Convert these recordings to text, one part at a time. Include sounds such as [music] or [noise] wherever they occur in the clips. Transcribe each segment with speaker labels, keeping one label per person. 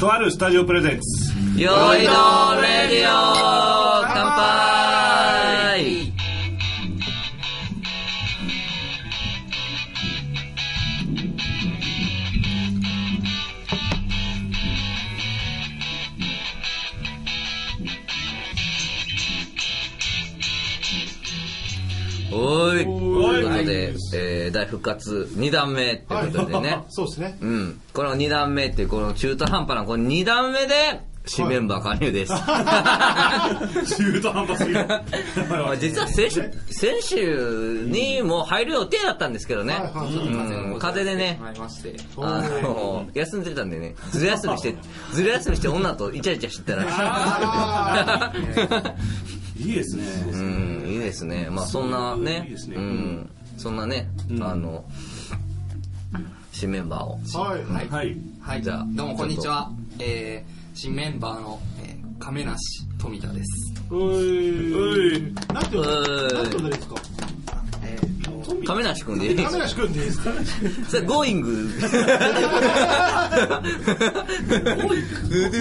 Speaker 1: とあるスタジオプレゼンツ
Speaker 2: よいどレディオ乾杯おいということで、えー大復活2段目ってことでね、
Speaker 3: [laughs] そうですね。
Speaker 2: うん。この2段目っていう、この中途半端な、この2段目で、新メンバー加入です。
Speaker 1: 中途半端すぎる
Speaker 2: まあ実は先週、先週にもう入る予定だったんですけどね。
Speaker 3: はいはい
Speaker 2: うん風邪でね
Speaker 4: し、まいまして
Speaker 2: あの、休んでたんでね、ずる休みして、ずる休みして女とイチャイチャしてたらし
Speaker 1: いいですね
Speaker 2: い。 [laughs] うん、いいですね。まあそんなね
Speaker 1: いいです、ね
Speaker 2: うん、そんなね、あの、新メンバーを。
Speaker 3: はい。
Speaker 4: はい、
Speaker 1: はい
Speaker 4: はい、
Speaker 2: じゃあ
Speaker 4: どうもこんにちは、えー、新メンバーの、えー、亀梨富田です、
Speaker 3: お
Speaker 1: お
Speaker 3: い
Speaker 1: い。
Speaker 3: なんて呼
Speaker 2: おい
Speaker 3: んだなんて呼んだらいいですか
Speaker 4: えーと、
Speaker 2: 亀梨君でいいです
Speaker 3: 亀梨君でいいですか
Speaker 2: それ、ゴーイング。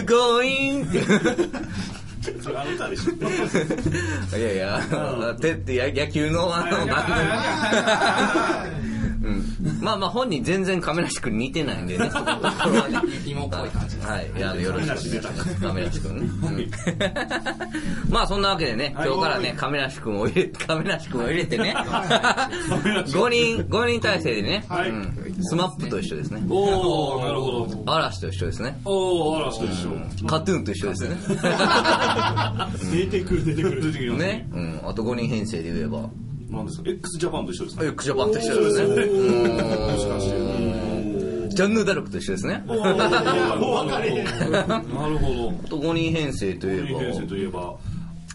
Speaker 2: ゴーイング。
Speaker 1: それあなたでしょ
Speaker 2: [laughs] いやいや、手ってや野球のあの番組。うんまあまあ本人全然亀梨君似てないんでね。そこはね
Speaker 4: 芋っぽい感じです
Speaker 2: はい、いやあのよろしくお願いします。亀梨君ね。うんまあそんなわけでね、今日からね、亀梨君を入れ、亀梨君を入れてね、5人、5人体制でね、
Speaker 1: はい
Speaker 2: うんスマップと一緒ですね。
Speaker 1: おおなるほど
Speaker 2: 嵐と一緒ですね。
Speaker 1: おおあらそうでしょ
Speaker 2: カトゥーンと一緒ですね。
Speaker 3: 出てくる、出てくる。
Speaker 1: 出てきました
Speaker 2: ね。うん。あと5人編成で言えば、
Speaker 1: なんですか X ジャパンと一緒ですね
Speaker 2: エックジャパンと一緒ですね。う
Speaker 1: もしかして
Speaker 2: んジャンヌ・ダルクと一緒ですね。
Speaker 1: おー
Speaker 3: もう分かれへん
Speaker 1: なるほど
Speaker 2: あと5人編成といえ
Speaker 1: 人
Speaker 2: ば
Speaker 1: 編、成といえば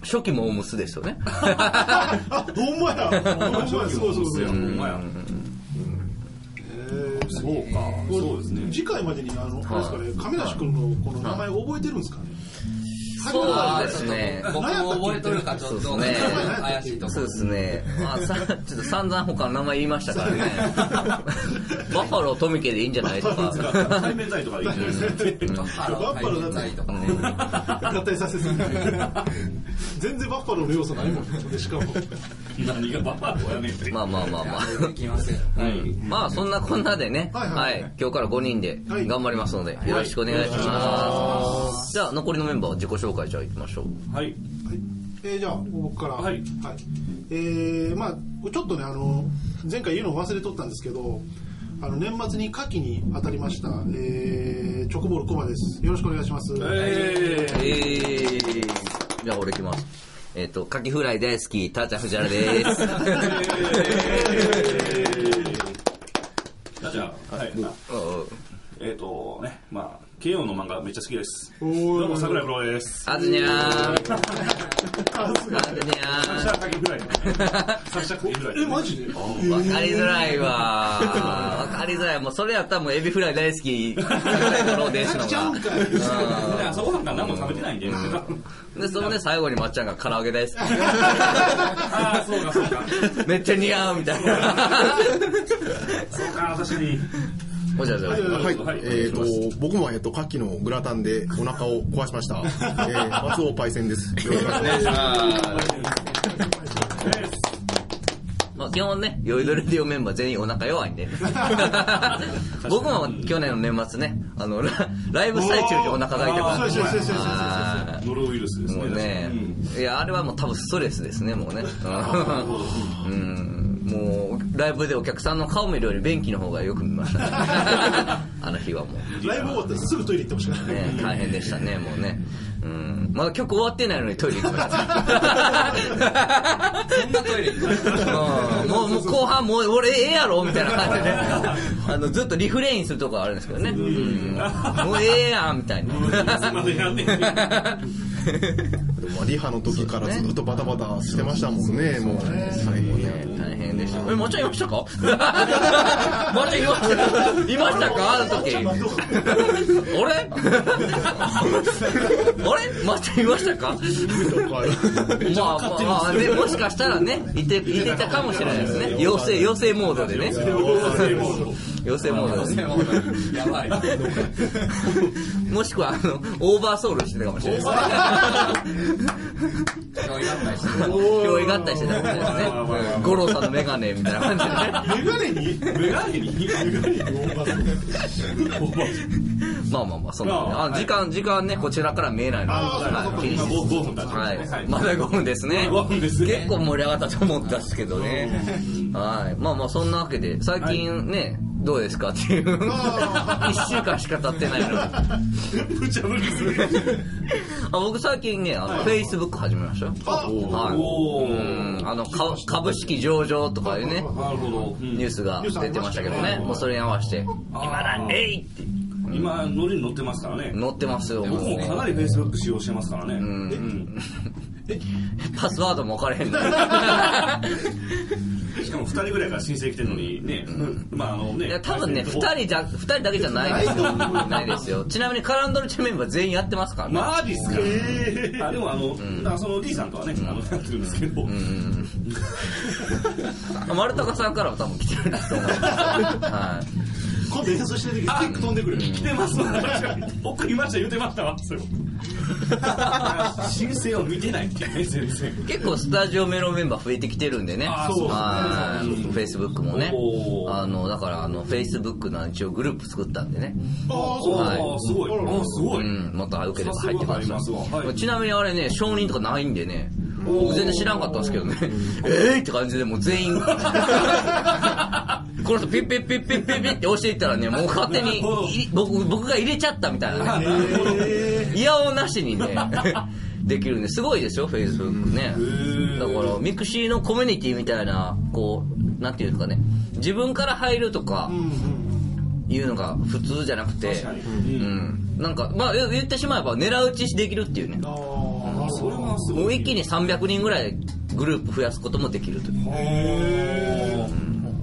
Speaker 2: 初期もオムスですよね。
Speaker 3: あ、ほんまや。ほんまや、そうそうそう。
Speaker 1: やほんまや
Speaker 3: [laughs] えー
Speaker 1: そうかそうですね
Speaker 3: 次回までに、あの、あれですかね、亀梨君のこの名前覚えてるんですかね
Speaker 2: そう
Speaker 3: はい
Speaker 2: ですね
Speaker 4: 僕も覚えとるかちょっ
Speaker 2: そ
Speaker 4: と
Speaker 2: うですね
Speaker 4: 怪しいとこ
Speaker 2: そう
Speaker 4: ろ
Speaker 2: ですね。まあ、さちょっと散々他の名前言いましたからね。
Speaker 4: [laughs]
Speaker 2: バッファロー・トミケでいいんじゃないとか。
Speaker 1: 対面対とかでいいんじゃないですか
Speaker 4: バッファロー
Speaker 3: バッファローだった
Speaker 4: 対決とかね
Speaker 3: [laughs] 合体させすぎて。全然バッファローの要素ないもんね、しかも。
Speaker 1: 何がバカやねんって
Speaker 2: まあまあまあまあ。
Speaker 4: できますよ
Speaker 2: うんまあそんなこんなでね、
Speaker 3: はいは
Speaker 2: はい
Speaker 3: はい
Speaker 2: い、今日から5人で
Speaker 3: はい
Speaker 2: 頑張りますので、よろしくお願いします。じゃあ残りのメンバー自己紹介じゃあ行きましょう。
Speaker 1: はい
Speaker 3: はい、えーじゃあ僕から
Speaker 1: はい
Speaker 3: えーまあちょっとねあの前回言うの忘れとったんですけどあの年末に夏季に当たりました、えー、チョコボールコバですよろしくお願いします、
Speaker 1: え
Speaker 2: えー、じゃあ俺行きます。えっ、と、カキフライ大好き、ターちゃん藤原
Speaker 4: [laughs]
Speaker 2: です。
Speaker 1: ーじゃあ、はい、えっ、ー、とね、まあ、慶応の漫画めっちゃ好きです。ど
Speaker 3: おー
Speaker 1: うも、桜井プロです。
Speaker 2: あずにゃーん。あず
Speaker 1: 作
Speaker 2: にゃ
Speaker 1: 者書きぐ [laughs] らい。作者書きぐらい。
Speaker 3: えマジで
Speaker 2: ーん。わかりづらいわー。わかりづらい。もうそれやったらもうエビフライ大好き、カキフライのローデーション
Speaker 3: ちゃうん
Speaker 2: が。
Speaker 3: かい
Speaker 1: であそこなんか何も食べてないんで。
Speaker 2: で、そのね、最後にまっちゃんが唐揚げ大好
Speaker 1: ああ、そうか、そうか。
Speaker 2: き。めっちゃ似合うみたいな。
Speaker 1: そうか、確かに。
Speaker 2: おじゃじゃ。
Speaker 5: はい、
Speaker 1: はい
Speaker 5: えっ、と、僕も、えっ、と、牡蠣のグラタンでお腹を壊しました。
Speaker 2: [laughs]
Speaker 5: えー、松尾パイセンです。よろしくお願いします
Speaker 2: まあ、基本ね、酔いどれディオメンバー全員お腹弱いんで。僕も去年の年末ね、あの、ラライブ最中にお腹が痛くな
Speaker 3: そう
Speaker 2: って
Speaker 3: です。そうですそうです
Speaker 2: は
Speaker 1: ノロウイルスで
Speaker 2: い
Speaker 1: すね。
Speaker 2: もうね
Speaker 1: う、ん
Speaker 2: いや、あれはもう多分ストレスですね、もうね。うん、もう、ライブでお客さんの顔見るより便器の方がよく見ましたね。あの日はもう。
Speaker 3: ライブ終わったらすぐトイレ行ってほしかった
Speaker 2: ね、大変でしたね、もうね。うん、まだ曲終わってないのにトイレ行きました。
Speaker 4: そんなトイレ行く
Speaker 2: うんもうもう後半もう俺ええやろみたいな感じでねあのずっとリフレインするとこあるんですけどね、うんもうええやんみたいな
Speaker 1: [laughs] まだやんねんね
Speaker 5: まあリハの時からずっとバタバタしてましたもんね、もう。はい
Speaker 2: 大変でしたえもちろんいま [laughs] したかもちろんいましたいましたかあの時 [laughs] 俺俺もちろんいましたか [laughs] まあまあまあねもしかしたらねいていてたかもしれないですね妖精妖精モードでね
Speaker 1: ノロウイルス
Speaker 2: 寄せモード
Speaker 4: 寄
Speaker 2: です
Speaker 4: せモードやばい。
Speaker 2: [laughs] もしくはあのオーバーソウルしてたかもしれな
Speaker 4: [laughs]
Speaker 2: い
Speaker 4: 今日やったりして
Speaker 2: ですね憑依合体してたかもしれない
Speaker 4: [laughs]
Speaker 2: ですね
Speaker 1: おー
Speaker 2: うん五郎さんのメガネみたいな感じでね
Speaker 3: メガネに
Speaker 1: メガネにメガネに
Speaker 2: まあまあまあ、そんな
Speaker 1: まあ
Speaker 2: あ、時間、時間ね、こちらから見えないので、
Speaker 3: あーそうかそう
Speaker 2: は
Speaker 3: か
Speaker 2: い気にし
Speaker 1: 今
Speaker 2: て
Speaker 1: 5分経ちま
Speaker 2: は
Speaker 1: したね
Speaker 2: い、まだ5分ですね。
Speaker 1: 5分ですね
Speaker 2: 結構盛り上がったと思ったんですけどね。はい。まあまあ、そんなわけで、最近ね、どうですかっていう。
Speaker 3: あ
Speaker 2: 1週間しか経ってないのに。あ
Speaker 1: 無茶ぶりする
Speaker 2: 僕最近 [laughs] ね、あの、Facebook 始めましたよ。
Speaker 3: あ
Speaker 2: はい。
Speaker 1: お
Speaker 2: う
Speaker 1: ー
Speaker 2: ん、あの、か株式上場とかいうね、
Speaker 1: なるほどうん
Speaker 2: ニュースが出てましたけどね。もうそれに合わせて、今だ、えいって
Speaker 1: 今ノリに乗ってますからね
Speaker 2: 載ってますよ、も
Speaker 1: 僕
Speaker 2: う
Speaker 1: もかなり Facebook 使用してますからねうん
Speaker 2: パスワードも分かれへん
Speaker 1: [laughs]
Speaker 2: のに
Speaker 1: しかも2人ぐらいから申請来てるのにねまああのね
Speaker 2: いや多分ね2
Speaker 1: お
Speaker 2: 人じゃ2人だけじゃないですよないですよちなみにカランドルチェメンバー全員やってますからね、
Speaker 1: マジっすか、あでもあの、あその D さんとはね、あのやってるんですけど、
Speaker 2: 丸高さんからも多分来てるんだと思うんですよ、は
Speaker 3: 今度演奏してる時スティック飛んでくる
Speaker 1: 来てますわ確かに送りました言ってましたわそれ申請を見てないってね全然
Speaker 2: い、結構スタジオメロメンバー増えてきてるんでね
Speaker 1: あーそう
Speaker 2: はいフェイスブックもね
Speaker 1: おー
Speaker 2: あのだからあのフェイスブックの一応グループ作ったんでね、
Speaker 3: ああ
Speaker 1: お
Speaker 3: そう
Speaker 1: ー
Speaker 2: はい
Speaker 1: すごいおーすご
Speaker 2: う
Speaker 1: い、
Speaker 2: ん、また受ければ入ってくだ
Speaker 1: さすが
Speaker 2: さ
Speaker 1: 入りますわはい
Speaker 2: い、ちなみにあれね承認とかないんでね
Speaker 1: おー
Speaker 2: 僕全然知らんかったんですけどね [laughs] えーって感じでもう全員この人ピッピッピッピッピッピッって押していったらねもう勝手に
Speaker 1: なるほど
Speaker 2: い僕僕が入れちゃったみたいなねいやおなしにねできるんですごいですよフェイスブックねだからミクシーのコミュニティみたいなこうなんていうかね自分から入るとかいうのが普通じゃなくてうんなんかまあ言言ってしまえば狙う打ちできるっていうねも
Speaker 3: ああ
Speaker 1: それはすごいう
Speaker 2: 一気に300人ぐらいグループ増やすこともできるという
Speaker 1: へ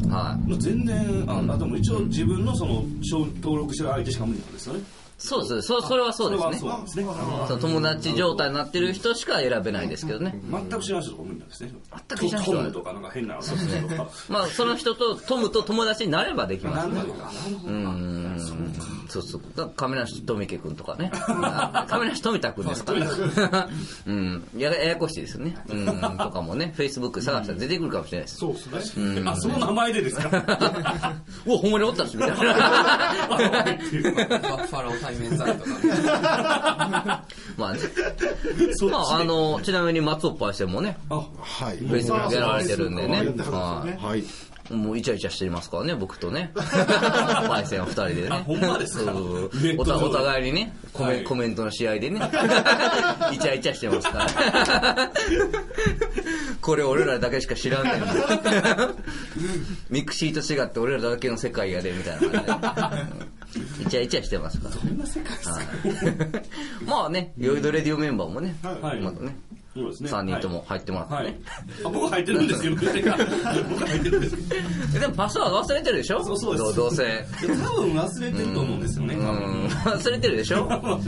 Speaker 2: はい
Speaker 1: ー全然ああでも一応自分のその承登録してる相手しか無理なんですよね
Speaker 2: そうですそそれはそう
Speaker 1: それは
Speaker 2: です
Speaker 1: そう
Speaker 2: ね
Speaker 1: なんですね
Speaker 2: その友達状態になってる人しか選べないですけどね
Speaker 1: 全く知らない人とか無理なんですね
Speaker 2: 全く知らない人
Speaker 1: トムとかなんか変なのとか
Speaker 2: まあその人とトムと友達になればできます
Speaker 1: なんだろうな
Speaker 2: うんそうそう。だから亀梨富家君とかね。あ亀梨富田君ですかうん。やややこしいですよね。うん。とかもね、Facebook 探したら出てくるかもしれないです。
Speaker 3: そうですね
Speaker 1: あ、その名前でですか
Speaker 2: うわ、ほんまにおったんですみたいな。
Speaker 4: ファファロー対面剤とか。
Speaker 2: まあね、まあ、あの、ちなみに松尾パイセンもね、
Speaker 5: はい。
Speaker 2: Facebook やられてるんでね。
Speaker 3: あそうです
Speaker 2: は
Speaker 5: はい。
Speaker 2: い。もうイチャイチャしてますからね、僕
Speaker 1: [laughs]
Speaker 2: とね。パイセンは二人でね。
Speaker 1: あほんまですか
Speaker 2: そう
Speaker 1: ネット
Speaker 2: お
Speaker 1: 上で
Speaker 2: 互お互いにねコメ、
Speaker 1: はい
Speaker 2: コメントの試合
Speaker 1: [laughs]
Speaker 2: でね、イチャイチャしてますから。これ俺らだけしか
Speaker 1: [laughs]
Speaker 2: 知らんねん。ミクシーと違って俺らだけの世界やで、みたいな感じで。うんイチャイチャしてますから。はいまあね、ヨイドレディオメンバーもね、
Speaker 1: はい
Speaker 2: まだね、
Speaker 1: そうですね
Speaker 2: 3人とも入ってもらってね。
Speaker 1: はい。あ僕入ってるんですけど、僕入ってるんですけど。
Speaker 2: えでもパスワード忘れてるでしょ
Speaker 1: そうそうです
Speaker 2: どどうせ。
Speaker 1: 多分忘れてると思うんですよね。
Speaker 2: うん忘れてるでしょもう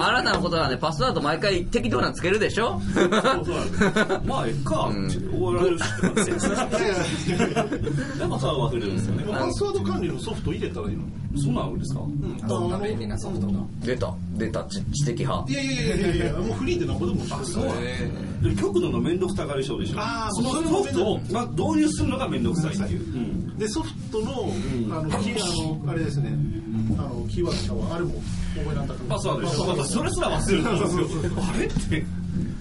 Speaker 2: あなたのことなんでパスワード毎回適当なんつけるでしょ
Speaker 1: そうそうなんですまあ、えっか、終わられるしって感じで。やっぱさ、忘れてるんですよね。
Speaker 3: パスワード管理のソフト入れたらいいの
Speaker 1: そうなんですか
Speaker 3: あの
Speaker 4: 便利なソフトが。
Speaker 2: 出た出た知知的派
Speaker 3: いやいやいやいやいやもうフリーでなんぼでもしてるそう
Speaker 4: えー
Speaker 1: で極度の面倒くさがり症でしょ。
Speaker 3: あー
Speaker 1: そのソフトをまあ導入するのが面倒くさいっていう。うん
Speaker 3: でソフトの,、あのキーあのあれですねあのキーワードはあれも覚えられたか
Speaker 1: パスワードでしょ。またそれすら忘れるんですよ。 [laughs] あれって。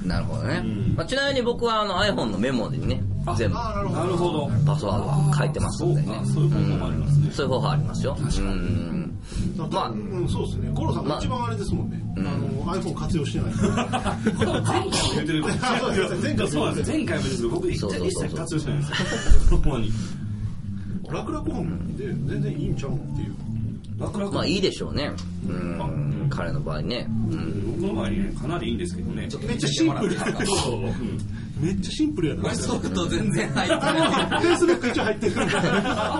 Speaker 2: なるほどね、まあ、ちなみに僕はあの iPhone のメモにね全部
Speaker 3: ああなるほど
Speaker 1: なるほど。
Speaker 2: パスワードは書いてます
Speaker 1: そ
Speaker 2: ん
Speaker 1: う
Speaker 2: でね
Speaker 1: か、そういうこともありますね。
Speaker 2: そういう方法ありますようんま
Speaker 3: ま
Speaker 2: あ
Speaker 3: あ、うん、そうですね。五郎さん
Speaker 2: ま
Speaker 3: が
Speaker 2: あ
Speaker 3: 一番あれですもんね。あの、iPhone 活用してない。
Speaker 1: 前回も言ってる
Speaker 3: そうですね前回も
Speaker 1: そうなんです前回もですけど僕一
Speaker 2: そうそうそう
Speaker 1: 切一切活用してないんですよほんまに
Speaker 3: 楽々本で全然いいんちゃうんっていう。
Speaker 1: 楽々
Speaker 2: まあいいでしょうねうん彼の場合ね、うん
Speaker 1: 僕の場合ねかなりいいんですけどね
Speaker 3: めっちゃシンプル。
Speaker 1: そうそううん
Speaker 3: めっちゃシンプルやな。
Speaker 4: ソフト全然入ってない。
Speaker 3: フェイスブック一応入ってる。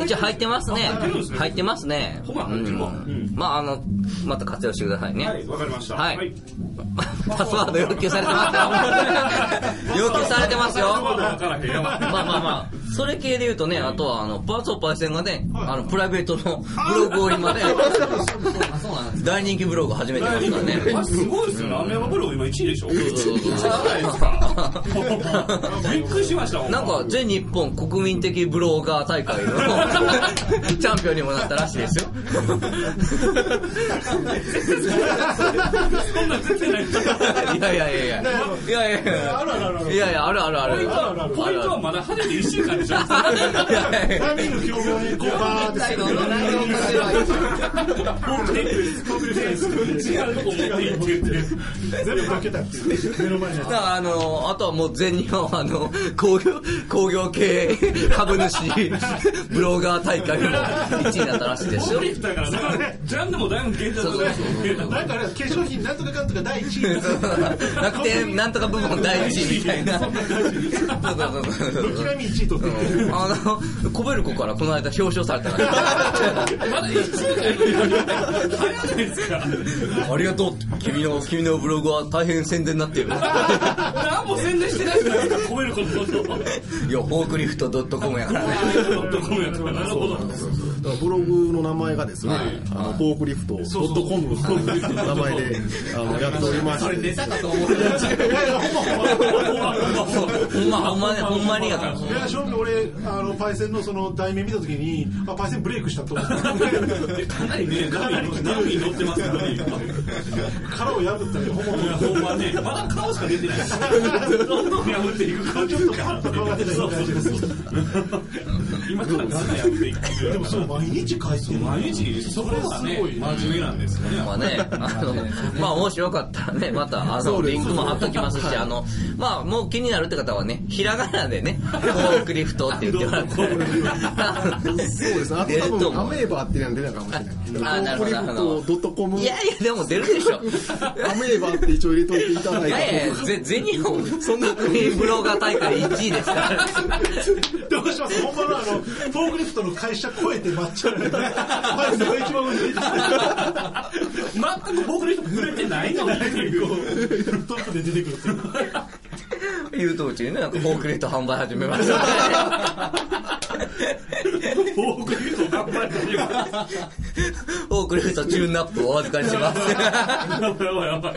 Speaker 2: 一応入ってますね
Speaker 1: 入ってるんですね
Speaker 2: 入ってますね
Speaker 1: ほぼ入ってるわ
Speaker 2: うん
Speaker 1: うん
Speaker 2: まああのまた活用してくださいね、
Speaker 1: はい、わかりました。
Speaker 2: はい [laughs] パスワード要求されて [laughs] ますよ要求されてますよ
Speaker 1: わからへんや
Speaker 2: まあ
Speaker 1: ばい
Speaker 2: まあまあそれ系で言うとねあとはあのパーソーパイセンがねあのプライベートのブログを今 [laughs] ね
Speaker 4: あ、そうなんです。
Speaker 2: 大人気ブログを始めてますからね
Speaker 1: あすごいですよね。アメーバブログ今1位でしょ。びっくりしましたもん。
Speaker 2: なんか全日本国民的ブローガー大会の [laughs] チャンピオンにもなったらしいですよ。 [laughs]
Speaker 1: そんなん全然ない。
Speaker 2: いやいやいやいや。いやいやいや。
Speaker 3: あるあるあるある
Speaker 2: いやいや、あるあるある。
Speaker 1: ポイントはまだ派手で1週間でしょ。
Speaker 2: いやいやいや
Speaker 3: ラミング競合にこうバーって
Speaker 4: 最
Speaker 3: る
Speaker 4: 後の内容としては、
Speaker 1: 違うとこ持っていって言って。
Speaker 3: 全部かけたっていう。目の前に
Speaker 2: だ
Speaker 3: あ
Speaker 2: からあの、あとはもう全日本あの、工業、工業系株主ブロガー大会の1位だったらしいですよ
Speaker 1: ド。リフターからね、ジャンルもだいぶ現在だね。
Speaker 3: るなんかあれ、化粧品なんとかかんとか第一位。
Speaker 2: 楽天なんとか部門第1位みたいな。そうそうそうそう
Speaker 3: ドキラミ1位
Speaker 1: [laughs]
Speaker 3: 取ってる。
Speaker 2: あの、コベルコからこの間表彰されたから、
Speaker 1: まだ1週間早ないですか。
Speaker 2: [laughs] ありがとう君の、君のブログは大変宣伝になってる。
Speaker 1: 何も宣伝してないじゃないですか、褒めることと。
Speaker 2: いや、フォークリフト .com やからね。
Speaker 1: なるほど。
Speaker 5: だからブログの名前がですね、あのフォークリフトドットコムの名前であのやっておりま
Speaker 4: それ
Speaker 5: して
Speaker 4: 出たかと思う。
Speaker 2: ほんま、ほんまに、ほんまにやから。
Speaker 3: いや、正味俺、あの、パイセンのその題名見たときに、あ、パイセンブレイクした
Speaker 2: [laughs]
Speaker 3: と思って。
Speaker 1: かなりね、ダミー、ダミー乗ってますからね。
Speaker 3: 殻を破ったり、ほぼ
Speaker 1: いや、ほんまね、まだ顔しか出てない。どんどん破っていく顔、ちょっと変わって
Speaker 3: 顔が出てない感じです。
Speaker 1: 今からガンガンやっていく。
Speaker 3: でもそう、毎日回数。
Speaker 1: 毎日、そこがね、真面目なんですよね。
Speaker 2: まあね、 [laughs] あの、まあもしよかったらね、また、あの、リンクも貼っときますし、あの、まあもう気になるって方はね、ひらがなでね、フォークリフトって言ってもら [laughs] って。
Speaker 5: そうですねあと
Speaker 2: 出ると
Speaker 5: 多分
Speaker 2: 思
Speaker 5: ア
Speaker 2: う
Speaker 5: メーバーっていうのは出ないかもしれない
Speaker 2: あなる
Speaker 5: フォーク
Speaker 2: ほ
Speaker 5: リ
Speaker 2: ど
Speaker 5: フトドットコム
Speaker 2: いやいや、でも出るでしょ。
Speaker 5: アメーバーって一応入れといていただい
Speaker 2: い
Speaker 5: た
Speaker 2: やいや、ぜ全日本、そんな国ブロガー大会1位ですから。
Speaker 3: どうします本場のあの、フォークリフトの会社超えて抹茶
Speaker 2: [laughs]
Speaker 3: で、パイセンが一番上に出て
Speaker 1: 全く僕の人触れてないのにっていう。
Speaker 3: きて、トップで出てくるっていう。
Speaker 2: 言うとうちにね、なんかフォークリフト販売始めま [laughs] した、ね。
Speaker 1: フォークリフト頑張って
Speaker 2: フォークリフトチューンナップをお預かりします。
Speaker 1: やばいやばい。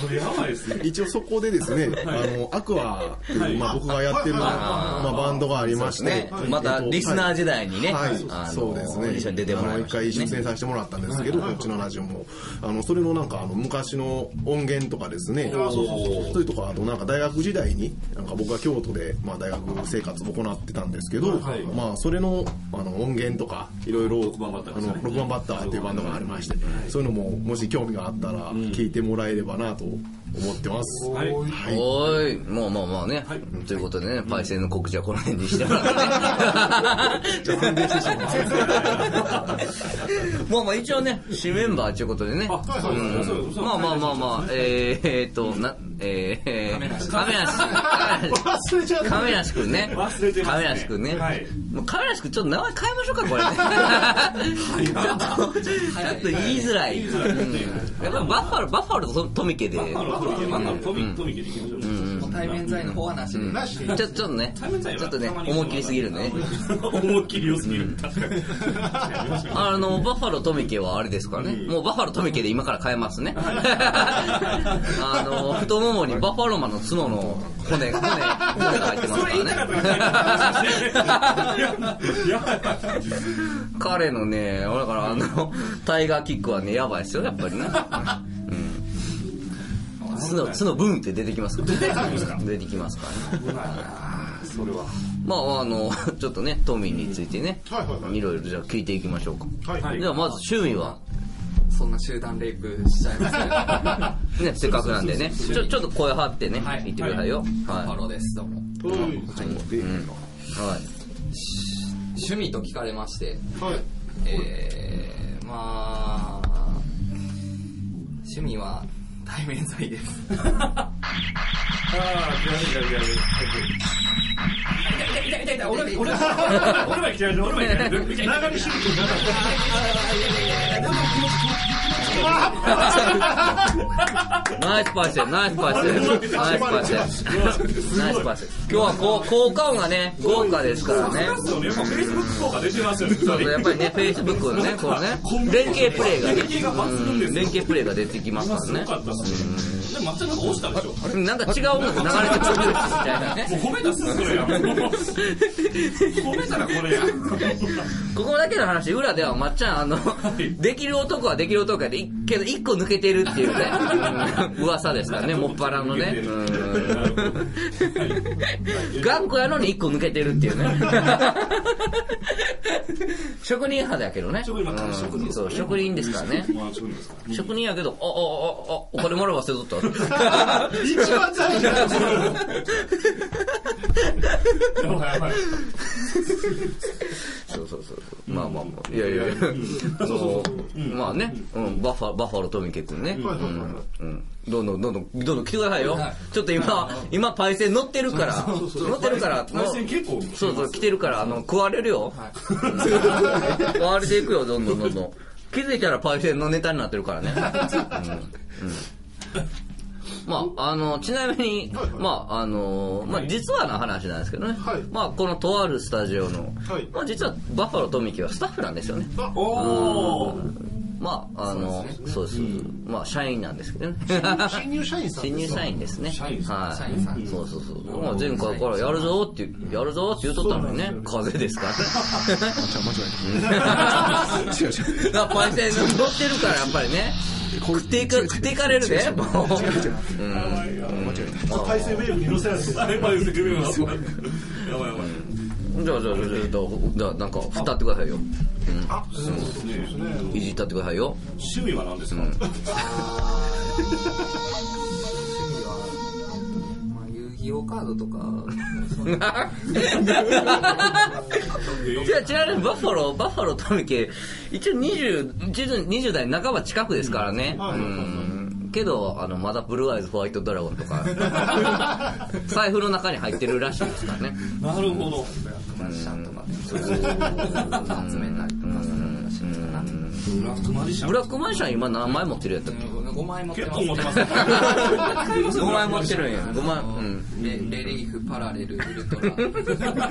Speaker 1: それやばいですね。
Speaker 5: [laughs] 一応そこでですね、あの、アクアっていう、まあ僕がやってる、まあバンドがありまして、
Speaker 2: ね、またリスナー時代にね、
Speaker 5: はい、
Speaker 2: あの
Speaker 5: そうですね。
Speaker 2: 一緒に出てもら
Speaker 5: あ
Speaker 2: い
Speaker 5: の
Speaker 2: まし
Speaker 5: 一
Speaker 2: た、
Speaker 5: 回
Speaker 2: ね。
Speaker 5: 出演させてもらったんですけど、こっちのラジオも。あの、それのなんか、あの、昔の音源とかですね。そういうとか、あとなんか大学時代に、なんか僕は京都で、まあ大学生活を行ってたんですけど、
Speaker 1: はい
Speaker 5: まあそれの、あの、音源とか、いろいろ、
Speaker 1: 六番バッター
Speaker 5: あ
Speaker 1: ですね
Speaker 5: の、6番バッターっていうバンドがありまして、そういうのも、もし興味があったら、聞いてもらえればなと思ってます。
Speaker 1: はい。
Speaker 5: はい。
Speaker 2: おーい、もうまあまあね、ということでね、パイセンの告知はこの辺にしてもらってね。まあまあ一応ね、新メンバーということで
Speaker 1: は
Speaker 2: ね。
Speaker 1: いはいそうそうそう
Speaker 2: まあまあまあまあ、えーえーっと、な、えーえー、亀梨。亀梨。
Speaker 3: 忘れちゃった。
Speaker 2: 亀梨くんね。
Speaker 1: 忘れてますね
Speaker 2: 亀梨くんね。
Speaker 1: はい
Speaker 2: もう亀梨くん、ちょっと名前変えましょうか、これね。ちょっとちょっと言いづらい。うんやっぱりバッファロー、バッファローとトミケで。
Speaker 1: あの、トミケ、トミケ、トミケでいきましょう。
Speaker 4: もう対面罪の方はなしで。
Speaker 3: なし
Speaker 2: ちょちょっとね、ちょっとね、思いっきりすぎるんでね。
Speaker 1: 思いっきり良すぎる。
Speaker 2: あの、バッファロー富家はあれですからね。もうバッファロー富家で今から変えますね。 [laughs] あの、太ももにバッファローマンの角の骨、骨、骨が入ってます
Speaker 1: それ言いたかった
Speaker 2: から [laughs] ね。
Speaker 1: やばい。
Speaker 2: 彼のね、だからあの、タイガーキックはね、やばいですよ、やっぱりね。うん。角、角ブンって出てきますからね。出てきますからね。
Speaker 1: それは。
Speaker 2: まあ、あの、 [laughs] ちょっとね、トミーについてね、
Speaker 3: はいはいはい
Speaker 2: いろいろじゃあ聞いていきましょうか。
Speaker 3: はい。
Speaker 1: はい
Speaker 2: ではまず趣味は、
Speaker 4: そんな集団レイプしちゃいます
Speaker 2: [laughs]
Speaker 4: ね。
Speaker 2: ね、せっかくなんでね、ちょ、ちょっと声張ってね、
Speaker 4: はい
Speaker 2: 言ってくださいよ。はい。
Speaker 4: ハ
Speaker 2: は
Speaker 4: ローです、どうも。
Speaker 3: おい
Speaker 4: 趣味と聞かれまして、
Speaker 3: はい。
Speaker 4: えー、まあ、
Speaker 2: [laughs]
Speaker 4: [laughs] 趣味は対面罪です。
Speaker 1: 俺は嫌いで、俺は嫌いで。流れシュート
Speaker 2: ナイスパスや、ナイスパスや、ナイスパスや、ナイスパスや。今日はこう効果音がね、豪華ですからね。
Speaker 1: そうね、もうフェイスブック効果出てますよね、
Speaker 2: そうそうやっぱりね、Facebook のね、このね、連携プレイがね
Speaker 1: 連携が抜群で、すよ
Speaker 2: うん連携プレイが出てきますか
Speaker 1: す
Speaker 2: ら
Speaker 1: ご
Speaker 2: ね。
Speaker 1: かったっすね。で、まっちゃんなんか落ちたでしょ。
Speaker 2: なんか違う音楽流れてくるみたいなね。
Speaker 1: もう褒めたっすそれや。褒めたらこ [laughs] れや。
Speaker 2: ここだけの話、裏ではまっちゃん、あの、できる男はできる男やで、いけど一個抜けてるっていう [laughs] ね、うん噂ですからね、もっぱらのね。うん頑固やのに一個抜けてるっていうね。職人派だけどね。
Speaker 1: 職人派
Speaker 2: うん
Speaker 1: 職人です
Speaker 2: そう、職人ですからね。
Speaker 1: まあ、そうですか。
Speaker 2: 職人やけど、あ、あ、あ、あ、お金もらえば捨てとった。
Speaker 3: 一番最初
Speaker 1: やばいやばい。
Speaker 2: そうそうそうそう。まあまあまあ。いやいやいや。あのまあね、うん、バッファ、バッファロー富家くんね。うんうん。どんどんどんどん、どんどん来てくださいよ。ちょっと今、今パイセン乗ってるから、乗ってるから、
Speaker 1: パイセン結構
Speaker 2: そうそう、来てるから、あの、食われるよ。 [laughs] うん食われていくよ、どんどんどんどん。気づいたらパイセンのネタになってるから
Speaker 3: [laughs]
Speaker 2: ね。うんうんまあ、あの、ちなみに、まあ、あの、まあ、実はな話なんですけどね。
Speaker 3: はい
Speaker 2: まあ、このとあるスタジオの、
Speaker 3: はい
Speaker 2: まあ、実はバッファロー富木はスタッフなんですよね。
Speaker 1: おー。
Speaker 2: まあ、あの、そうです、まあ、社員なんですけどね。
Speaker 3: 新入社員さん
Speaker 2: 新入社員ですね。
Speaker 4: 社員さん
Speaker 2: は
Speaker 4: 社員さん
Speaker 2: い。そうそうそう。まあ、前回からやるぞって、やるぞって言うとったのにね、風邪ですからね。
Speaker 5: 違う違う。
Speaker 2: だからパイセン乗ってるから、やっぱりね。食っていか、食っていかれるで、もう。
Speaker 3: 体制ウェーブに乗せられて
Speaker 1: あれ、パイセンやばいやばい。
Speaker 2: じゃあ、じゃあ、じゃあじゃあじゃあ、なんか、振ったってくださいよ。
Speaker 3: あそうですね
Speaker 2: いじったってくださいよ。
Speaker 1: 趣味は何ですか
Speaker 4: まあ遊戯王カードとか、
Speaker 2: じゃあ、ちなみにバッファロー、バッファロー富木、一応20、実に20代半ば近くですからね。うん。けど、あの、まだブルーアイズホワイトドラゴンとか、財布の中に入ってるらしいですからね。
Speaker 1: なるほど。
Speaker 4: クラッシャーとか、集めたりとか、そんな話かな。
Speaker 1: ブラックマジシャ
Speaker 2: ブ
Speaker 1: ン。
Speaker 2: ラックマンション今何枚持ってるやったっけ
Speaker 4: 5枚持って
Speaker 1: 結
Speaker 4: ま
Speaker 1: 構持
Speaker 4: す
Speaker 1: ってますね。
Speaker 2: ?5 枚持ってるんや。5枚、うん。
Speaker 4: レレリーフパラレルウルトラ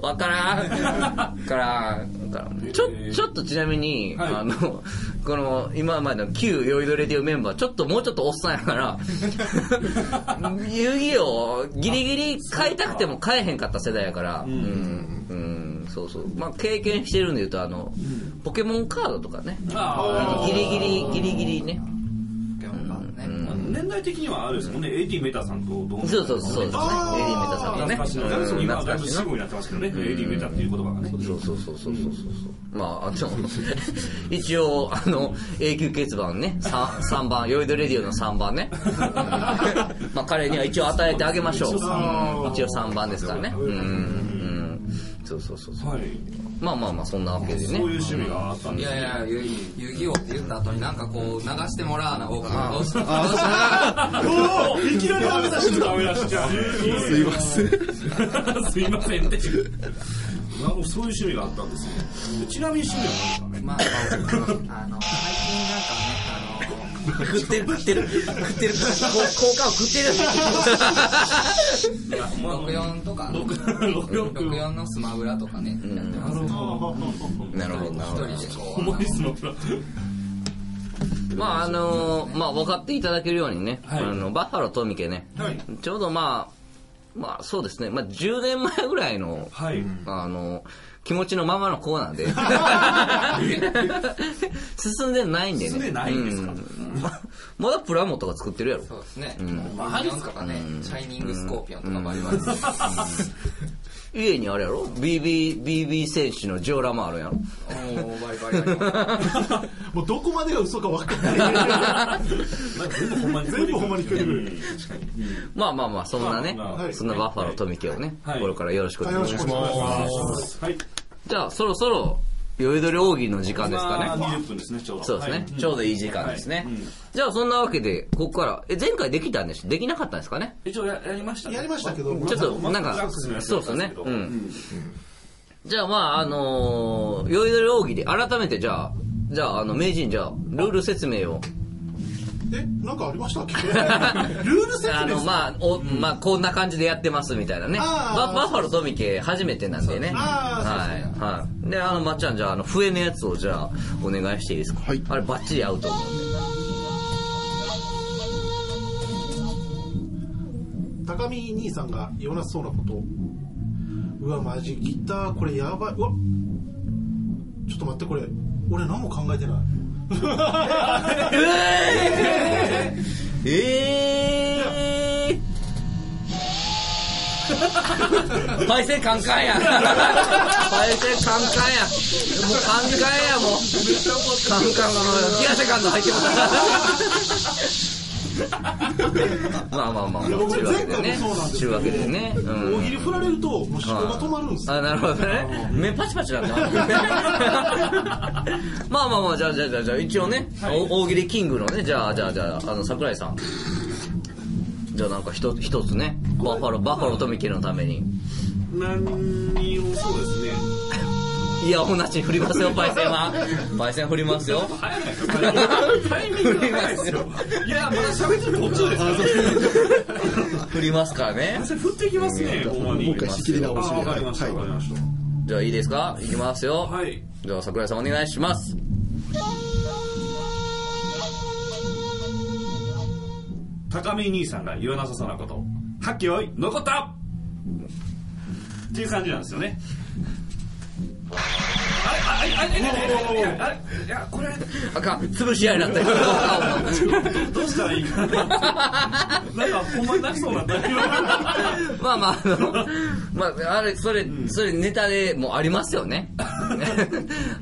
Speaker 2: わからん。わからん。わからん。ちょ、ちょっとちなみに、あの、この、今までの旧ヨイドレディオメンバー、ちょっともうちょっとおっさんやから、遊戯王、ギリギリ買いたくても買えへんかった世代やから、うん、うん、そうそう。まあ経験してるんで言うと、あの、ポケモンカードとかね、
Speaker 1: あ
Speaker 2: ギリギリ、ギリギリね。
Speaker 4: ポケモンカードね、
Speaker 1: ー年代的にはあれですもんね、AD メタさんと同
Speaker 2: そうそうそうですね。エリメタさんのね。
Speaker 1: 懐かしいな。
Speaker 2: うん
Speaker 1: 今はだい
Speaker 2: 懐
Speaker 1: ぶ
Speaker 2: かしいな
Speaker 1: 死語になってますけどね、AD メタっていう言葉がね。
Speaker 2: そうそうそうそうそうそうそう。まあ、あの、一応、あの、永久欠番ね、3, 三番、ヨイドレディオの3番ね。まあ、彼には一応与えてあげましょう。うん一応3番ですからね。うん。うんそうそうそうそう。
Speaker 1: はい。
Speaker 2: まあまあまあ、そんなわけで
Speaker 1: そう
Speaker 2: ね。
Speaker 1: いう趣味があったん
Speaker 4: い
Speaker 1: です
Speaker 4: やい
Speaker 1: ね。
Speaker 4: や遊遊戯王って言った後になんかこう流してもらわな方がどうしたどうした
Speaker 1: おーいきなりダメ出しちゃうダメ出しちゃう。すいません。すいませんって。なるほどそういう趣味があったんですね。ちなみに趣味は何ですかね
Speaker 4: まあ、あの、最近なんかね、
Speaker 2: 食ってる食ってる食ってる。こ効果を食ってる。
Speaker 4: あの、64とか、64のスマブラとかね、やってますね。
Speaker 2: なるほど、なるほど。
Speaker 4: 一人でこう、
Speaker 1: 重いっすのプラ
Speaker 2: まああのまあ分かっていただけるようにね、あのバッファロー富家ね、ちょうどまあまあそうですね、まあ、10年前ぐらいの、
Speaker 1: はい。
Speaker 2: あの気持ちのままのコーナーで
Speaker 1: [laughs]
Speaker 2: 進んでないんでね
Speaker 1: 進んでないんですか
Speaker 2: うんままだプラモとか作ってるやろ
Speaker 4: そうですね。64とかね、シャイニングスコーピオンとかもあります。
Speaker 2: 家にあれやろ BB, BB 選手のジオラマあるやろ
Speaker 4: おー、バリバリあります。
Speaker 3: もうどこまでが嘘か分かんない全部ほんまに聞こえてくる
Speaker 2: まあまあまあそんなね、
Speaker 1: まあま
Speaker 3: あ
Speaker 2: そんなバッファロー富家をね、
Speaker 1: はい
Speaker 2: 心からよろしくお願いします
Speaker 3: よろしくお願いします
Speaker 1: はい。
Speaker 2: じゃあそろそろ酔いどれ奥義の時間ですかね。
Speaker 1: まあ20分ですね、ちょうど。
Speaker 2: そうですね、
Speaker 1: はい
Speaker 2: ちょうどいい時間ですね。
Speaker 1: はいうん
Speaker 2: じゃあそんなわけで、ここから、え、前回できたんでしょできなかったんですかね
Speaker 1: 一応ややりましたね
Speaker 3: やりましたけど
Speaker 2: ちょっとなんか
Speaker 1: マックスアクセスのやつ
Speaker 2: そうですね
Speaker 1: だったん
Speaker 2: うん
Speaker 1: ですけど
Speaker 2: じゃあまあ、あのー、酔いどれ奥義で、改めてじゃあ、じゃあ、あの、名人、じゃあ、ルール説明を。
Speaker 3: えなんかあり
Speaker 2: [laughs]
Speaker 3: ましたっけルール説明
Speaker 2: あの、まあ、お、まあ、こんな感じでやってますみたいなね。
Speaker 3: あー
Speaker 2: ババッファロー富家初めてなんでね。
Speaker 3: あ
Speaker 2: はい。はい。で、あの、まっちゃん、じゃあ、あの、笛のやつを、じゃあ、お願いしていいですか
Speaker 5: はい
Speaker 2: あれ、バッチリ合うと思うんで。
Speaker 3: 高見兄さんが言わなそうなことうわマジギターこれやばいうわちょっと待ってこれ俺何も考えてない
Speaker 2: ええー。パイセンカンカンや。パイセンカンカンや。もうカンカンやもう。カンカンがもう冷やセカンド入ってます。まあまあまあ。
Speaker 3: いや僕
Speaker 2: 中学で
Speaker 3: 前
Speaker 2: ね
Speaker 3: 回もそうなんで。すけ
Speaker 2: 中
Speaker 3: ど
Speaker 2: 学でね。う
Speaker 3: 大喜利
Speaker 2: ん。
Speaker 3: 振られるともう思考が止まるんですよ
Speaker 2: あ、なるほどね。目パチパチ
Speaker 3: [laughs]
Speaker 2: なんだ。まあまあまあ、じゃあじゃあじゃあじゃあ一応ね、お大喜利キングのね、じゃあじゃあじゃあ、あの、桜井さん。じゃあなんか一つ一つね、バッファロー、バッファロー富家のために。
Speaker 1: うん何をそうですね
Speaker 2: いや、おなし振り [laughs] ますよ、パイセンは。パイセン振りますよ。
Speaker 1: タイミングが早いですよいやまだ喋ってる途中ですから
Speaker 2: 振りますからね。
Speaker 1: それ振っていきますねほんまに
Speaker 5: もう一回仕切り
Speaker 1: あ
Speaker 5: 直しで
Speaker 1: わかりました
Speaker 5: はい
Speaker 1: わかりまし
Speaker 2: じゃあいいですかいきますよ。
Speaker 1: はい
Speaker 2: じゃあ桜井さんお願いします。
Speaker 1: た高め兄さんが言わなさそうなことはっきよい残ったっていう感じなんですよねあれあれあれあれあれあれいやこれ
Speaker 2: あかん、潰し合いにな [laughs] ったよ。顔が
Speaker 1: どうしたらいいかななんかほんまに泣きそうになった
Speaker 2: まあまあ、あの、 [laughs] まあ、あれ、それ、それネタでもうありますよ [laughs] ね。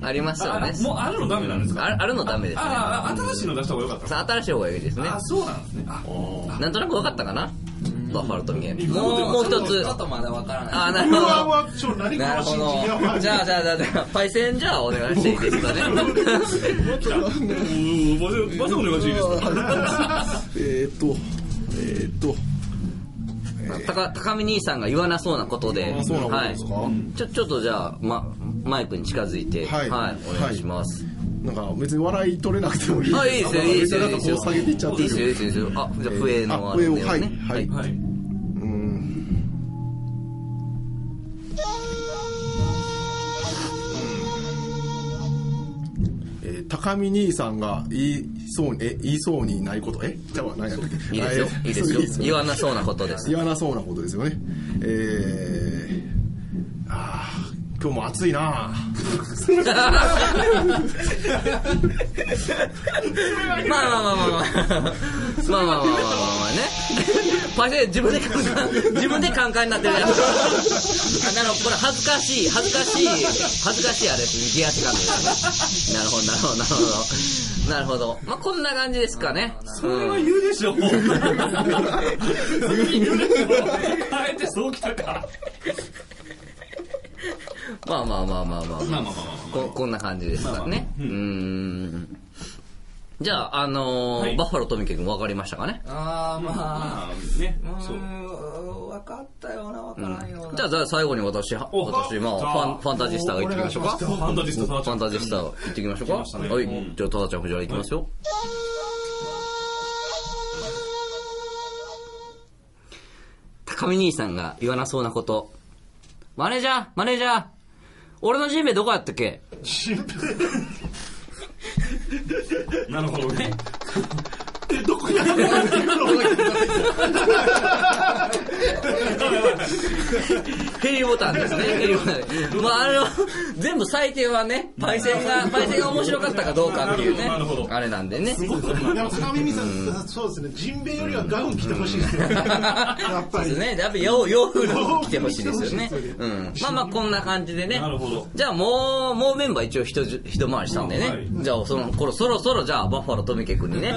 Speaker 2: ありますよね。
Speaker 1: もうあるのダメなんですか
Speaker 2: ああるのダメですね。
Speaker 1: ああ新しいの出した方がよかった
Speaker 2: さあ、新しい方がいいですね。
Speaker 1: あそうなんですねあ
Speaker 2: なんとなく分かったかなバッファローと見え。
Speaker 1: ん
Speaker 2: もう、もう一つ
Speaker 4: ちょ。っとまだわからない。
Speaker 2: あ、な
Speaker 3: う
Speaker 2: るほ
Speaker 3: わう
Speaker 2: ど。
Speaker 3: わちょっと何こ
Speaker 2: なる
Speaker 3: の
Speaker 2: ほ
Speaker 3: 信じやば
Speaker 2: ど。
Speaker 3: い
Speaker 2: じゃあ、じゃあ、じゃあ、じゃあ、パイセン、じゃあ、お願いしていいですかね。
Speaker 1: じゃあうんまずまずお願いしていいですか
Speaker 5: えーっと、えーっと、
Speaker 2: 高高見兄さんが言わなそうなことで、
Speaker 5: あそうなこと
Speaker 2: は
Speaker 5: で
Speaker 2: い
Speaker 5: すか、
Speaker 2: ちょちょっとじゃあ、ま、マイクに近づいて、は、
Speaker 5: はいい
Speaker 2: お願いします。
Speaker 5: なんか別に笑い取れなくてもいい
Speaker 2: あ、いいですよ、
Speaker 5: あ
Speaker 2: いいですよ、
Speaker 5: ないん
Speaker 2: いで
Speaker 5: かこ
Speaker 2: す
Speaker 5: う
Speaker 2: よ。
Speaker 5: 下げていっちゃって
Speaker 2: いいで
Speaker 5: る
Speaker 2: すよ、いいですよ。あ、じゃあ、笛のあれだよね。
Speaker 5: あ笛を
Speaker 2: は
Speaker 5: はい
Speaker 1: はい
Speaker 5: うんえー高見兄さんが言いそうに、え、言いそうにないこと、えじゃあ何やったっけ
Speaker 2: い、いいですよ
Speaker 5: あ、
Speaker 2: い
Speaker 5: え
Speaker 2: いで
Speaker 5: そう
Speaker 2: すよ。言わなそうなことです。
Speaker 5: 言わなそうなことですよね。えー、あー今日も暑いな
Speaker 2: まあまあまあまあまあ。まあまあまあまあまあね。パセ自分でカンカン、自分でカンカンになってるやつ。あ、なるほど。これ恥ずかしい、恥ずかしい、恥ずかしいあれですね。ギアセカンドですね。なるほど、なるほど、なるほど。なるほど。まあこんな感じですかね。
Speaker 1: それは言うでしょ言うでしょあえてそうきたか
Speaker 2: まあまあまあまあま
Speaker 1: ま
Speaker 2: あまあ
Speaker 1: あ。まあまあまあ
Speaker 2: ここんな感じですかね。うーん。じゃあ、あのー
Speaker 1: はい
Speaker 2: バッファロー富家君分かりましたかね
Speaker 4: あー、まあ。
Speaker 1: まあね
Speaker 4: う
Speaker 1: そう
Speaker 4: ーん、わかったような、わからんような。
Speaker 2: じゃあ、じゃあ最後に私、は
Speaker 1: お
Speaker 2: 私、まあ、
Speaker 1: じ
Speaker 2: フ
Speaker 1: ゃあ
Speaker 2: ァン、ファンタジスタが行ってきましょうか。
Speaker 1: ファンタジストサーチ
Speaker 2: ファンタジスタ行ってきましょう
Speaker 1: 行きました
Speaker 2: か。
Speaker 1: ね
Speaker 2: はい
Speaker 1: うん。
Speaker 2: じゃあ、ただちゃん、藤原行きますよ。高見兄さんが言わなそうなこと。マネージャーマネージャー俺のジンベエどこやったっけ
Speaker 1: なるほどね
Speaker 2: ヘリボタンですね、ヘリボタン。まあ、あれは、全部採点はね、パイセ
Speaker 1: [laughs]
Speaker 2: ンが、パイセンが面白かったかどうかっていうね
Speaker 1: なるほどなるほ、ど
Speaker 2: あれなんでね。
Speaker 3: でも高見美さんそうですねジンベエよりはガウン着てほしいですよやっぱ
Speaker 2: で
Speaker 3: り
Speaker 2: すね。やっぱ洋洋風の着てほしいですよね。うん。まあまあこんな感じでね。
Speaker 1: なるほど
Speaker 2: じゃあもう、もうメンバー一応一じ一回りしたんでね。
Speaker 1: はい
Speaker 2: じゃあその頃そろそろじゃあバッファロー富家君にね、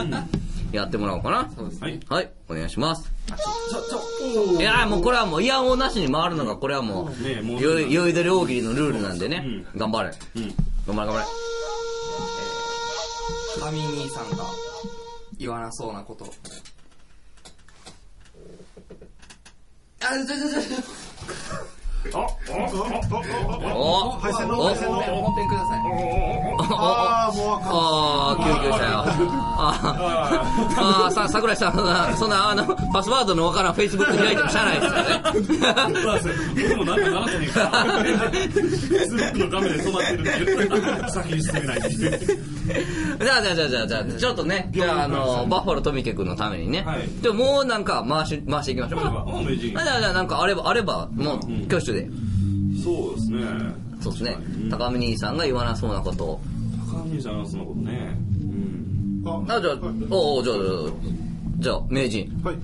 Speaker 2: やってもらおうかな。
Speaker 1: はい
Speaker 2: はい、お願いします。
Speaker 1: ちょちょ
Speaker 2: いやーもうこれはもう、いやおうなしに回るのがこれはも
Speaker 1: ねえも
Speaker 2: う、
Speaker 1: う
Speaker 2: 酔い酔いどれ大喜利のルールなんでね。頑張れ。
Speaker 1: うん
Speaker 2: 頑張れ頑張れ。
Speaker 4: 神兄さんが言わなそうなこと。あ、ちょちょちょちょ。
Speaker 2: お
Speaker 3: 配線の
Speaker 2: お
Speaker 3: 配線の
Speaker 4: おペンください。
Speaker 3: ああもうわか
Speaker 2: ああ、救急車よ。あーあー、さ、桜井さんが、そんな、あの、パスワードのわからん Facebook 開いてもしゃあないですよね。
Speaker 1: そ
Speaker 2: [laughs]
Speaker 1: うなんですよ僕もなんかなってねえから。Facebook の画面で止まってるっていう。先に進めないっていう。
Speaker 2: じゃあ、じゃあ、じゃあ、じゃあ、じゃあ、ちょっとね、じゃあ、あの、バッファロー富家君のためにね
Speaker 1: はい。
Speaker 2: でも、もうなんか、回し、回していきましょうか。
Speaker 1: もう名人
Speaker 2: あじゃあ、じゃあ、なんか、あれば、あれば、もう、挙手で。
Speaker 1: そうですね。
Speaker 2: そうですね
Speaker 1: う。ん
Speaker 2: 高見兄さんが言わなそうなことを。
Speaker 1: 高見じゃん、そのことね。うん。
Speaker 3: る
Speaker 2: あ、じゃあ、おうおう、じゃあ、じゃあ、じゃあ名人。
Speaker 3: はい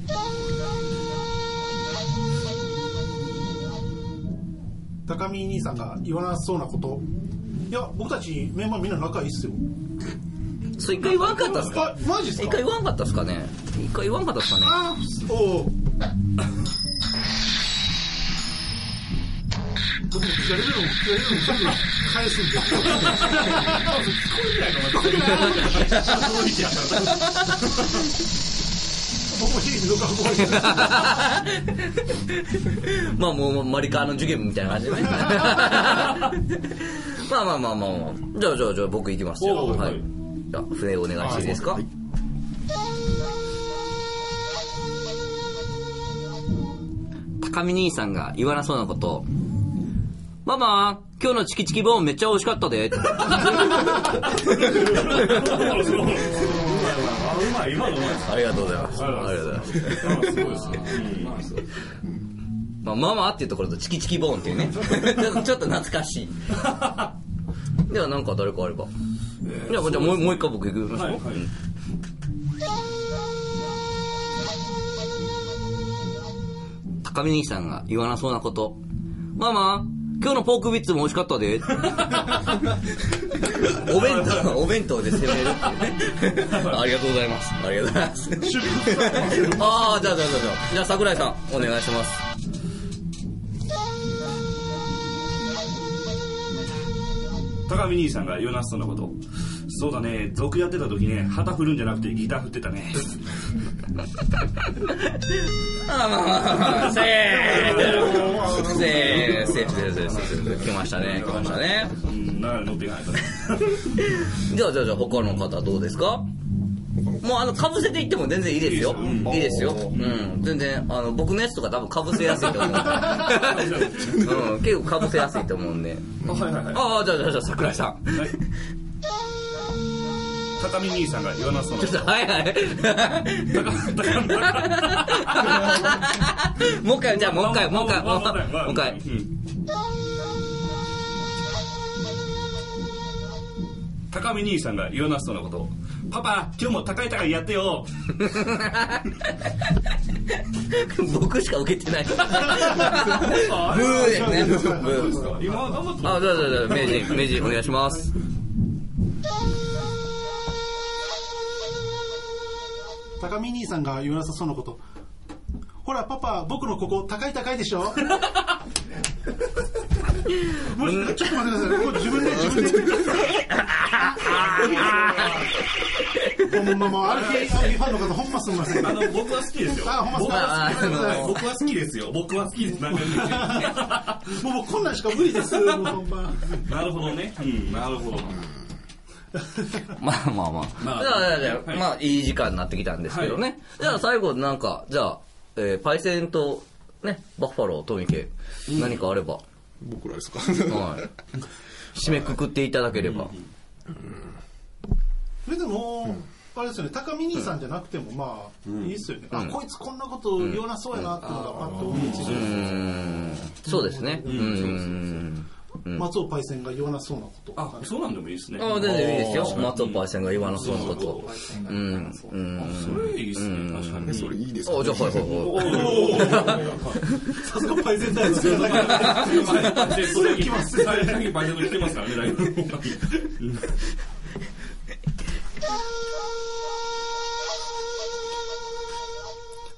Speaker 3: 高見兄さんが言わなそうなこといや僕たちメンバーみんな仲いいっすよ
Speaker 2: そう、一回言わんかったっすか
Speaker 3: あマジっす
Speaker 2: 一
Speaker 3: か
Speaker 2: 回言わんかったっすかね一回言わんかったっすかね
Speaker 3: あー [laughs] おお僕も聞かれるのも聞かれるのも全部返すんで僕も日々動画運ばれてる
Speaker 2: まあもうマリカーの授業みたいな感じ [laughs] でね。まあまあまあまあまあ。じゃあじゃあじゃあ僕行きますよ。
Speaker 1: おう
Speaker 2: は
Speaker 1: はい
Speaker 2: い。じゃあ船をお願いしていいですか。高見兄さんが言わなそうなこと。ママ、今日のチキチキボーンめっちゃ美味しかったで。
Speaker 1: あ、うまい、今のうまい
Speaker 2: [laughs] ありがとうございます。ありがとうございます。
Speaker 1: です。すごいですね。
Speaker 2: まあ、ママっていうところとチキチキボーンっていうね。ちょっとちょっと懐かしい。ではなんか誰かあれば。じゃあ、じゃあもうもう一回僕行きまし
Speaker 1: は
Speaker 2: ょ。
Speaker 1: いうはい
Speaker 2: うん高見兄さんが言わなそうなこと。ママ、今日のポークビッツも美味しかったで。お弁当、お弁当で攻めるっていうね。ありがとうございます。ありがとうございます。ああ、じゃあじゃあじゃあじゃあ。じゃあ桜井さん、お願いします。
Speaker 1: 高見兄さんが言わなそうなことそうだね族やってた時ね旗振るんじゃなくてギター振ってたね
Speaker 2: せーの。せーの。せーの。せーの。せーの。来ましたね。来ましたね。
Speaker 1: うん流れ乗っていかないとね
Speaker 2: じゃあ、じゃあ、じゃあ、他の方どうですかもうあの、かぶせていっても全然いいですよ。いいですよ。うん。全然、あの、僕のやつとか多分かぶせやすいと
Speaker 1: [laughs]
Speaker 2: 思う。うん。結構かぶせやすいと思うんで。
Speaker 1: あはいはいはい
Speaker 2: ああ、じゃあ、じゃあ、じゃあ、桜井さ
Speaker 1: [laughs]
Speaker 2: ん。
Speaker 1: はい高見兄さんが言わなそうなこ
Speaker 2: ちょっと、はいはい。 [laughs] もう一回、じゃあ、もう一回、もう一回、もう一回、もう一回。
Speaker 1: ん高見兄さんが言わなそうなことパパ今日も高い高いやってよ
Speaker 2: 僕しか受けてない。
Speaker 1: [laughs]
Speaker 2: ブーですね。ブー。
Speaker 1: 今頑張って
Speaker 2: あ、じゃあじゃあじゃあ、名人、名人お願いします。
Speaker 3: 高見兄さんが言わなさそうなことほらパパ僕のここ高い高いでしょもうちょっと待ってくださいもう自分で自分でほんまもう RKIB ファンの方ほんますんません
Speaker 1: あ
Speaker 3: あ
Speaker 1: の僕は好きですよ
Speaker 3: ほん
Speaker 1: 僕
Speaker 3: ま
Speaker 1: は
Speaker 2: あ
Speaker 3: すんません
Speaker 2: あ
Speaker 1: 僕は好きですよ僕は好きですなんか言って
Speaker 3: もう僕こんなんしか無理ですもうほんま
Speaker 1: なるほどね。うん、なるほど。
Speaker 2: まあまあま
Speaker 1: ま
Speaker 2: あ。
Speaker 1: あ
Speaker 2: じゃあじゃあじゃあ、
Speaker 1: はい
Speaker 2: まあいい時間になってきたんですけどね。じゃあ最後なんか、じゃあ、えーパイセンと、ね、バッファロー、トミケ、何かあれば、
Speaker 5: 僕らです [laughs] か
Speaker 2: はい。締めくくっていただければ。
Speaker 3: それでも、あれですよね高見兄さんじゃなくてもまあ、いいっすよね、あこいつこんなこと言わなそうやなっていうのがパッと思いついて、
Speaker 2: うん。そうですね。うん。
Speaker 3: 松尾パイセンが言わなそうなこと
Speaker 1: あ、そうなんでもいいですね。
Speaker 2: ああ、全然いいですよ。松尾パイセンが言わなそうなこと。うん。うん。
Speaker 1: それいいですね。確かに。
Speaker 5: それいいですか
Speaker 2: あ、じゃあ、はいはいはい。
Speaker 3: さすがパイセン大好きだから
Speaker 1: それ来ます。最近バイト来てますからね、だいぶ。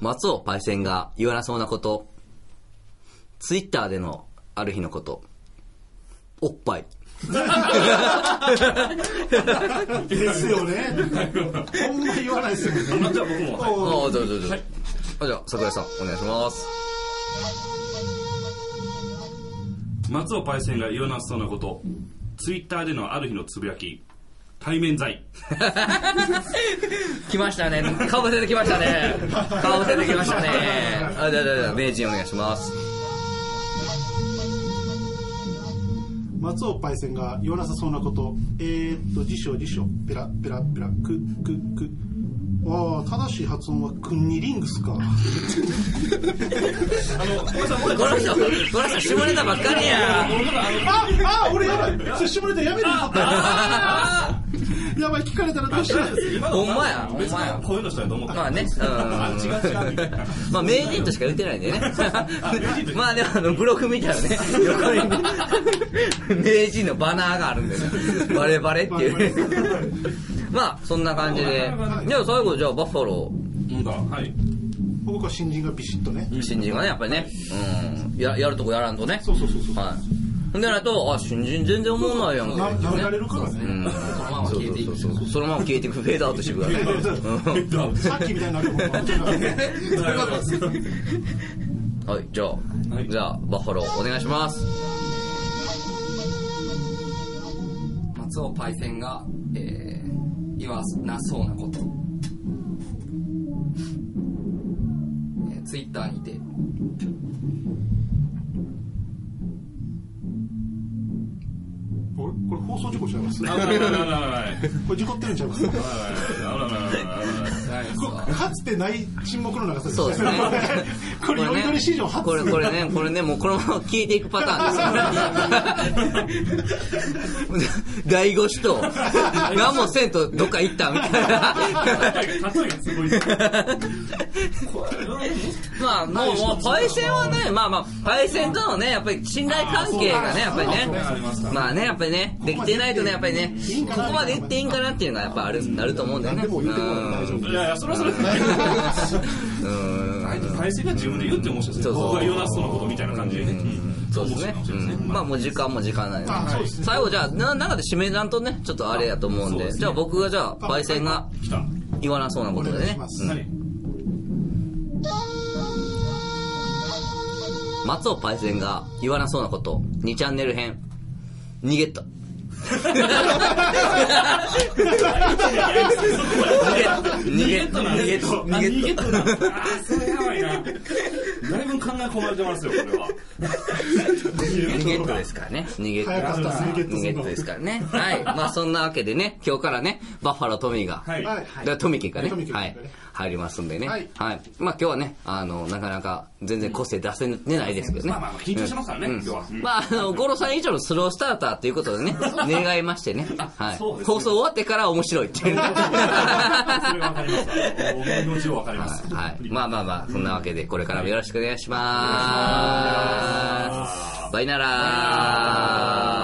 Speaker 2: 松尾パイセンが言わなそうなこと。ツイッターでのある日のこと。おっぱい。
Speaker 3: ですよね。こんな言わないですよね。
Speaker 1: じゃあ僕も、はい
Speaker 2: あ
Speaker 3: お
Speaker 2: あ、どうぞどうぞ。
Speaker 1: はい
Speaker 2: あじゃあ、桜井さん、お願いします。
Speaker 1: 松尾パイセンが言わなそうなことツイッターでのある日のつぶやき対面罪
Speaker 2: 来ましたね。顔ぶせてきました
Speaker 4: [laughs]
Speaker 2: ね。顔ぶせてきましたね。あ、じゃあじゃあじゃあ名人お願いします。
Speaker 3: 松尾パイセンが言わなさそうなこと。えー、っと、辞書辞書。ペラペラペラ。くくく。ああ、正しい発音はくにリングスか。
Speaker 1: あの小林さん
Speaker 2: この人、この人、下ネタばっかりや。
Speaker 3: ああ俺やばいそれ下ネタやめるよやばい聞かれたらどうしよう
Speaker 2: ほんまや、ほん
Speaker 1: 別
Speaker 2: まや
Speaker 1: に。こういうのしたいと思った
Speaker 2: まあね、うん。
Speaker 1: あ違う違うみたいな
Speaker 2: まあ、名人としか言ってないんでね
Speaker 1: 名人。
Speaker 2: まあ、でも、あの、ブログみたいなね、横に、名人のバナーがあるんでね。バレバレっていうね。まあ、そんな感じで。じゃあ、最後、じゃあ、バッファロ
Speaker 1: うんだはい
Speaker 3: 僕は新人がビシッとね
Speaker 2: ー、新人がね、やっぱりね、うん、や、やるとこやらんとね。そうそうそうそう。はい。ほんでないと、あ、新人全然思わないやん
Speaker 3: な
Speaker 2: か。
Speaker 3: 舐められるから
Speaker 2: う
Speaker 3: ね
Speaker 2: ん。
Speaker 4: そのまま消えていく。
Speaker 2: そのまま消えていく、フェードアウトしていくからね。
Speaker 3: さっきみたいになるもん
Speaker 2: はい、じゃあ、
Speaker 1: はい
Speaker 2: じゃあ、バッファロー、お願いします。
Speaker 4: 松尾パイセンが、えー、言わなそうなこと。えー、ツイッターにて、
Speaker 3: これ放送事故ちゃいます
Speaker 1: あらららららら
Speaker 3: これ事故ってるんちゃいます
Speaker 1: あらららららら
Speaker 4: ないですか
Speaker 3: かつてない沈黙の長さ
Speaker 2: そうですね。
Speaker 3: [laughs] これ読み取り史上初
Speaker 2: これ、これね、これね、もうこのまま消えていくパターンですよね。第五子と、何もせんとどっか行ったみたいな。
Speaker 1: 例えがすごいです
Speaker 2: まあ、もう、もう、パイセンはね、まあまあ、パイセンとのね、やっぱり信頼関係がね、やっぱりね
Speaker 1: ありますか、
Speaker 2: まあね、やっぱりね、できてないとね、やっぱりね
Speaker 3: いいん、か
Speaker 2: こ
Speaker 3: な
Speaker 2: こまで行っていいんかなっていうのがやっぱある、なると思うんだよね。
Speaker 5: 何でも言ってもらって大丈
Speaker 1: いやいやそれはそれ
Speaker 2: うん
Speaker 1: あいつ体勢が自分で言うって面白いですね
Speaker 2: そうそう
Speaker 1: 僕が言わなそうなことみたいな感じでね
Speaker 2: そうですね。うんまあもう時間も時間ないね。
Speaker 3: そうですね
Speaker 2: 最後じゃあ、な中で締めなんとね、ちょっとあれやと思うん
Speaker 1: そう
Speaker 2: で、
Speaker 1: ですね
Speaker 2: じゃあ僕がじゃあ、パイセンが
Speaker 1: 来たは
Speaker 2: 言わなそうなことで
Speaker 3: お願い
Speaker 2: ね
Speaker 3: しま、す
Speaker 1: い
Speaker 2: 松尾パイセンが言わなそうなこと、2チャンネル編、逃げた。逃げた逃げた逃げた逃げた
Speaker 1: あーそれやばいなだいぶ考え込まれてますよこれは
Speaker 2: 逃げットですからね。逃げット。
Speaker 3: 早かったですねゲット
Speaker 2: 逃
Speaker 3: す
Speaker 2: げ
Speaker 3: るの
Speaker 2: ットですからね。はい。まあそんなわけでね、今日からね、バッファロートミーが、
Speaker 1: はい
Speaker 3: はい
Speaker 2: だからトミキがね、
Speaker 3: トミキが
Speaker 2: は
Speaker 3: ね
Speaker 2: い、入りますんでね、は
Speaker 3: はいい、
Speaker 2: まあ今日はね、あの、なかなか全然個性出せないですけどね。
Speaker 1: まあまあまあ緊張しますからね今日は
Speaker 2: まあ、あの、ゴロさん以上のスロースターターということでね、願いましてね、はい、
Speaker 1: そうですね
Speaker 2: 放送終わってから面白
Speaker 1: [laughs]
Speaker 2: いっていうね。
Speaker 1: それがわかりますお前の字はわかります
Speaker 2: はい。まあまあまあ、そんなわけで、これからもよろしくお願いします。バイナラー。